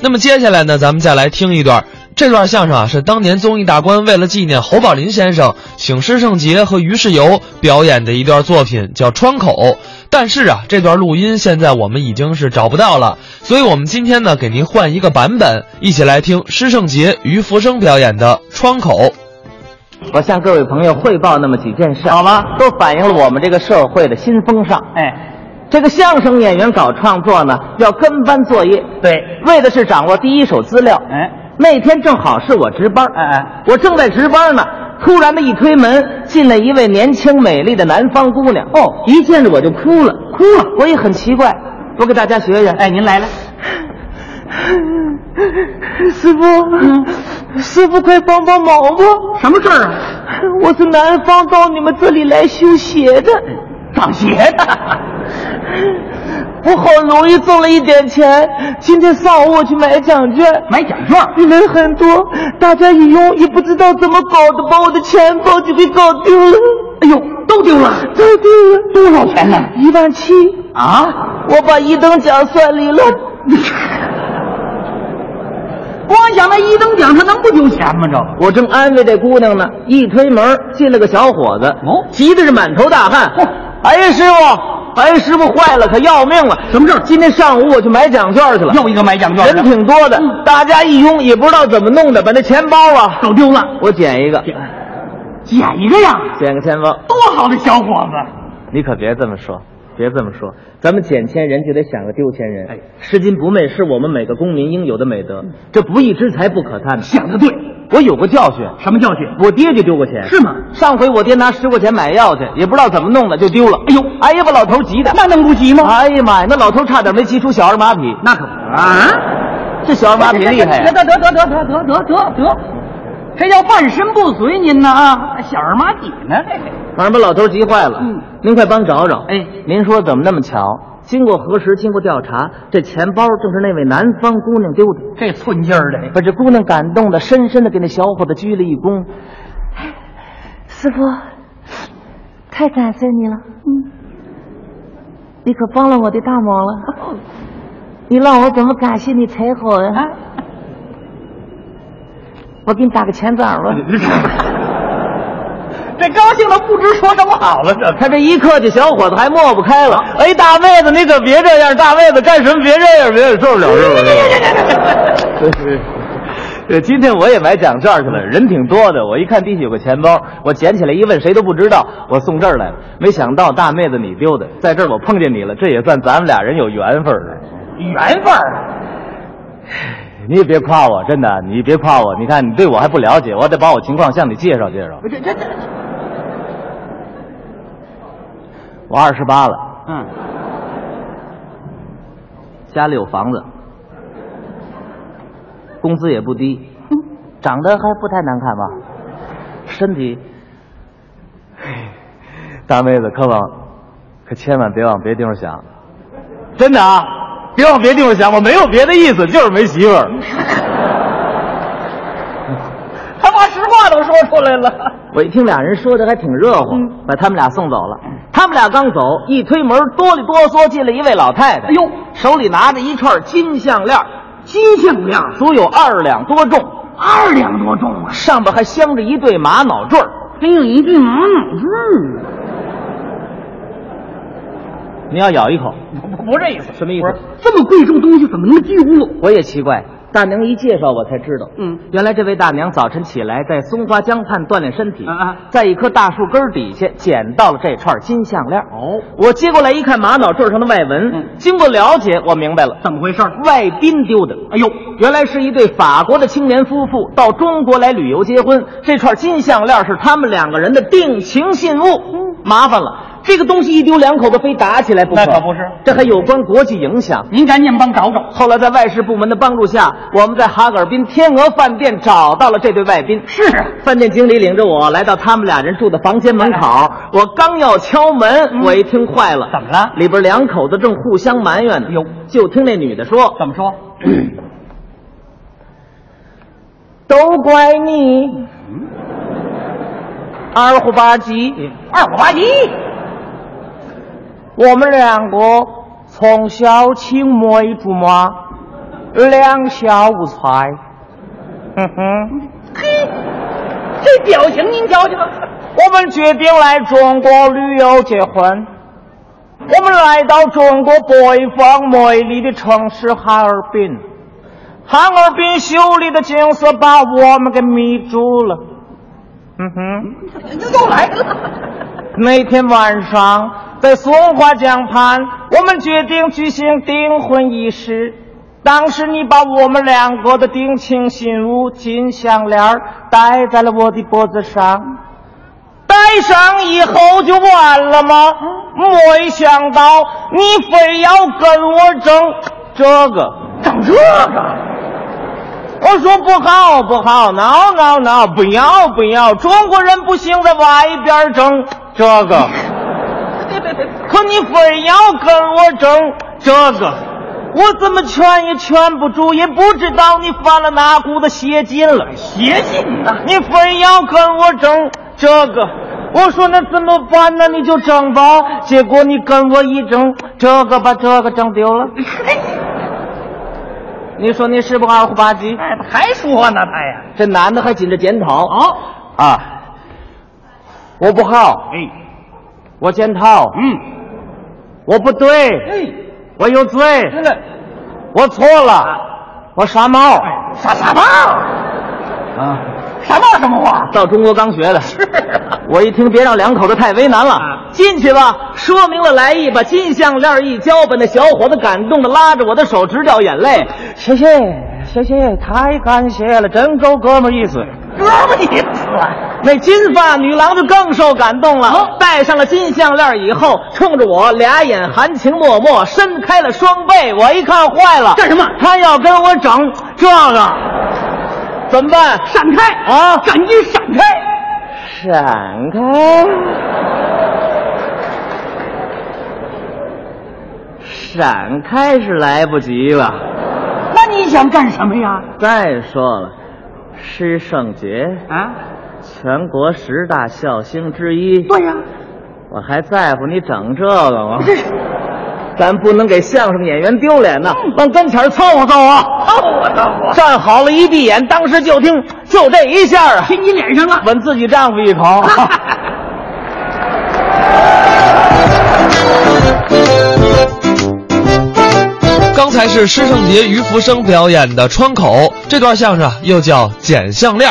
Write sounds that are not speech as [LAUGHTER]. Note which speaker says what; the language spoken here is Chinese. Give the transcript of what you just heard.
Speaker 1: 那么接下来呢，咱们再来听一段。这段相声啊，是当年综艺大观为了纪念侯宝林先生，请师胜杰和于世友表演的一段作品，叫《窗口》。但是啊，这段录音现在我们已经是找不到了，所以我们今天呢，给您换一个版本，一起来听师胜杰、于福生表演的《窗口》。
Speaker 2: 我向各位朋友汇报那么几件事，
Speaker 3: 好吗？
Speaker 2: 都反映了我们这个社会的新风尚。
Speaker 3: 哎，
Speaker 2: 这个相声演员搞创作呢，要跟班作业，
Speaker 3: 对，
Speaker 2: 为的是掌握第一手资料。
Speaker 3: 哎，
Speaker 2: 那天正好是我值班，
Speaker 3: 哎哎，
Speaker 2: 我正在值班呢，突然的一推门，进来一位年轻美丽的南方姑娘。
Speaker 3: 哦，
Speaker 2: 一见着我就哭了，哭了。我也很奇怪，我给大家学学。
Speaker 3: 哎，您来了，
Speaker 2: 师傅，师傅快帮帮忙吧！
Speaker 3: 嗯什么事儿啊？
Speaker 2: 我是南方到你们这里来修鞋的，
Speaker 3: 长鞋的，
Speaker 2: [LAUGHS] 我好容易挣了一点钱，今天上午我去买奖券，
Speaker 3: 买奖券，
Speaker 2: 人很多，大家一拥，也不知道怎么搞的，把我的钱包就给搞丢了。哎呦，
Speaker 3: 都丢了，
Speaker 2: 都丢了，
Speaker 3: 多少钱呢？
Speaker 2: 一万七，
Speaker 3: 啊，
Speaker 2: 我把一等奖算里了。
Speaker 3: 光想那一等奖，他能不丢钱吗？这
Speaker 2: 我正安慰这姑娘呢，一推门进来个小伙子，
Speaker 3: 哦
Speaker 2: 急的是满头大汗。哎呀，师傅，哎呀，师傅坏了，可要命了！
Speaker 3: 什么事儿
Speaker 2: 今天上午我去买奖券去了，
Speaker 3: 又一个买奖券嗯
Speaker 2: 人
Speaker 3: 的，
Speaker 2: 挺多的，大家一拥，也不知道怎么弄的，把那钱包啊，
Speaker 3: 都丢了，
Speaker 2: 我捡一个，
Speaker 3: 嗯捡捡一个呀，
Speaker 2: 捡个钱包。
Speaker 3: 多好的小伙子，
Speaker 2: 你可别这么说，别这么说，咱们捡钱人就得想个丢钱人。
Speaker 3: 哎嗯
Speaker 2: 拾金不昧是我们每个公民应有的美德，这不义之财不可贪。
Speaker 3: 想的对，
Speaker 2: 我有过教训，
Speaker 3: 什么教训？
Speaker 2: 我爹就丢过钱。
Speaker 3: 是吗？
Speaker 2: 上回我爹拿十块钱买药去，也不知道怎么弄的就丢了。
Speaker 3: 哎呦
Speaker 2: 哎呀，把老头急的。
Speaker 3: 那能不急吗？
Speaker 2: 哎呀妈呀，那老头差点没急出小儿麻痹。
Speaker 3: 那可不啊，
Speaker 2: 这小儿麻痹厉害啊呀、
Speaker 3: 得得得得得得得得得得，这叫半身不遂您呢啊，小儿麻痹呢？
Speaker 2: 反正把老头急坏了。
Speaker 3: 嗯，
Speaker 2: 您快帮找找。
Speaker 3: 哎
Speaker 2: 您说怎么那么巧？经过核实，经过调查，这钱包正是那位南方姑娘丢的。
Speaker 3: 这寸劲儿的，
Speaker 2: 把这姑娘感动的，深深的给那小伙子鞠了一躬。
Speaker 4: 师傅，太感谢你了，嗯，你可帮了我的大忙了，你让我怎么感谢你才好呀、
Speaker 3: 啊
Speaker 4: 我给你打个前啊掌
Speaker 2: [LAUGHS]
Speaker 4: 吧。
Speaker 3: 这高兴的不知说什么好了，这
Speaker 2: 他这一客气，小伙子还抹不开了。哎，大妹子，你可别这样，大妹子干什么别这样，别受不了，受不了。 [LAUGHS] 对，今天我也买奖券去了，人挺多的。我一看地下有个钱包，我捡起来一问，谁都不知道，我送这儿来了。没想到大妹子你丢的，在这儿我碰见你了，这也算咱们俩人有缘分了。
Speaker 3: 缘分儿啊
Speaker 2: 你也别夸我，真的，你别夸我。你看你对我还不了解，我得把我情况向你介绍介绍。
Speaker 3: 这这这，
Speaker 2: 我二十八了，
Speaker 3: 嗯，
Speaker 2: 家里有房子，工资也不低，
Speaker 3: 嗯
Speaker 2: 长得还不太难看吧？身体，唉大妹子可往可千万别往别地方想，真的啊，别往别地方想，我没有别的意思，就是没媳妇儿。 [LAUGHS]
Speaker 3: 他把实话都说出来了。嗯
Speaker 2: 我一听俩人说的还挺热乎，把他们俩送走了。他们俩刚走，一推门，哆里哆嗦进来一位老太太。
Speaker 3: 哎呦，
Speaker 2: 手里拿着一串金项链，
Speaker 3: 金项链
Speaker 2: 足有二两多重，
Speaker 3: 二两多重啊，
Speaker 2: 上边还镶着一对玛瑙坠儿。
Speaker 3: 还有一对玛瑙坠，
Speaker 2: 你要咬一口，
Speaker 3: 不不这意思，
Speaker 2: 什么意思
Speaker 3: 不是？这么贵重东西怎么能丢了？
Speaker 2: 我也奇怪。大娘一介绍，我才知道，
Speaker 3: 嗯，
Speaker 2: 原来这位大娘早晨起来在松花江畔锻炼身体，
Speaker 3: 啊啊
Speaker 2: 在一棵大树根儿底下捡到了这串金项链。
Speaker 3: 哦，
Speaker 2: 我接过来一看，玛瑙坠上的外文，
Speaker 3: 嗯
Speaker 2: 经过了解，我明白了，
Speaker 3: 怎么回事儿？
Speaker 2: 外宾丢的。
Speaker 3: 哎呦，
Speaker 2: 原来是一对法国的青年夫妇到中国来旅游结婚，这串金项链是他们两个人的定情信物。
Speaker 3: 嗯
Speaker 2: 麻烦了，这个东西一丢，两口子非打起来不可。
Speaker 3: 那可不是
Speaker 2: 这还有关国际影响。
Speaker 3: 您赶紧帮找找，
Speaker 2: 后来在外事部门的帮助下，我们在哈尔滨天鹅饭店找到了这对外宾。
Speaker 3: 是啊，
Speaker 2: 饭店经理领着我来到他们俩人住的房间门口，我刚要敲门，我一听坏了，
Speaker 3: 啊嗯怎么了
Speaker 2: 里边两口子正互相埋怨呢。
Speaker 3: 哟
Speaker 2: 就听那女的说
Speaker 3: 怎么说？：“
Speaker 2: 都怪你，二虎八鸡，
Speaker 3: 二五八一，
Speaker 2: 我们两个从小青梅竹马，
Speaker 5: 两小无猜。哼哼，
Speaker 3: 嘿，这表情您瞧瞧吧。
Speaker 5: 我们决定来中国旅游结婚。我们来到中国北方美丽的城市哈尔滨，哈尔滨秀丽的景色把我们给迷住了。嗯哼。
Speaker 3: 又来了。
Speaker 5: 那天晚上在松花江畔，我们决定举行订婚仪式。当时你把我们两个的定情信物金项链儿戴在了我的脖子上，戴上以后就完了吗？没想到你非要跟我争这个，
Speaker 3: 整这个。
Speaker 5: 我说不好不好，no no no，不要不要，中国人不行，在外边争这
Speaker 3: [LAUGHS]
Speaker 5: 个。
Speaker 3: 别别别！
Speaker 5: 可你非要跟我争这个，我怎么劝也劝不住，也不知道你犯了哪股子邪禁了。
Speaker 3: 邪性呐！
Speaker 5: 你非要跟我争这个，我说那怎么办呢？你就争吧。结果你跟我一争，这个把这个争丢了。你说你是不是二虎八鸡？
Speaker 3: 哎，他还说呢，他呀。
Speaker 2: 这男的还紧着检讨
Speaker 3: 哦，
Speaker 2: 啊！我不好，
Speaker 3: 哎，
Speaker 2: 我检讨，
Speaker 3: 嗯，
Speaker 2: 我不对，
Speaker 3: 哎，
Speaker 2: 我有罪，
Speaker 3: 那个
Speaker 2: 我错了，我傻帽
Speaker 3: 傻傻帽儿，
Speaker 2: 啊！
Speaker 3: 傻帽儿什么话？
Speaker 2: 到中国刚学的，
Speaker 3: 是啊，
Speaker 2: 我一听，别让两口子太为难
Speaker 3: 啊
Speaker 2: 了，进去吧，说明了来意，把金项链一交，把那小伙子感动的拉着我的手直掉眼泪。
Speaker 5: 谢谢谢谢，太感谢了，真够哥们儿意思。
Speaker 3: 哥们儿你死，
Speaker 2: 那金发女郎就更受感动
Speaker 3: 哦
Speaker 2: 了，戴上了金项链以后，冲着我俩眼含情脉脉，伸开了双臂。我一看，坏了，
Speaker 3: 干什么
Speaker 2: 他要跟我整这个，怎么办？
Speaker 3: 闪开
Speaker 2: 啊
Speaker 3: 赶紧闪开！
Speaker 2: 闪开！闪开是来不及了。
Speaker 3: 那你想干什么呀？
Speaker 2: 再说了，师圣杰，
Speaker 3: 啊，
Speaker 2: 全国十大笑星之一。
Speaker 3: 对呀、
Speaker 2: 我还在乎你整这个吗？咱不能给相声演员丢脸呐，往跟前儿凑合凑合。
Speaker 3: 哦，我操我，
Speaker 2: 站好了，一闭眼，当时就听，就这一下啊，
Speaker 3: 给你脸上了。
Speaker 2: 吻自己丈夫一口。
Speaker 1: 刚才是师胜杰、于福生表演的《窗口》，这段相声啊又叫《捡项链》。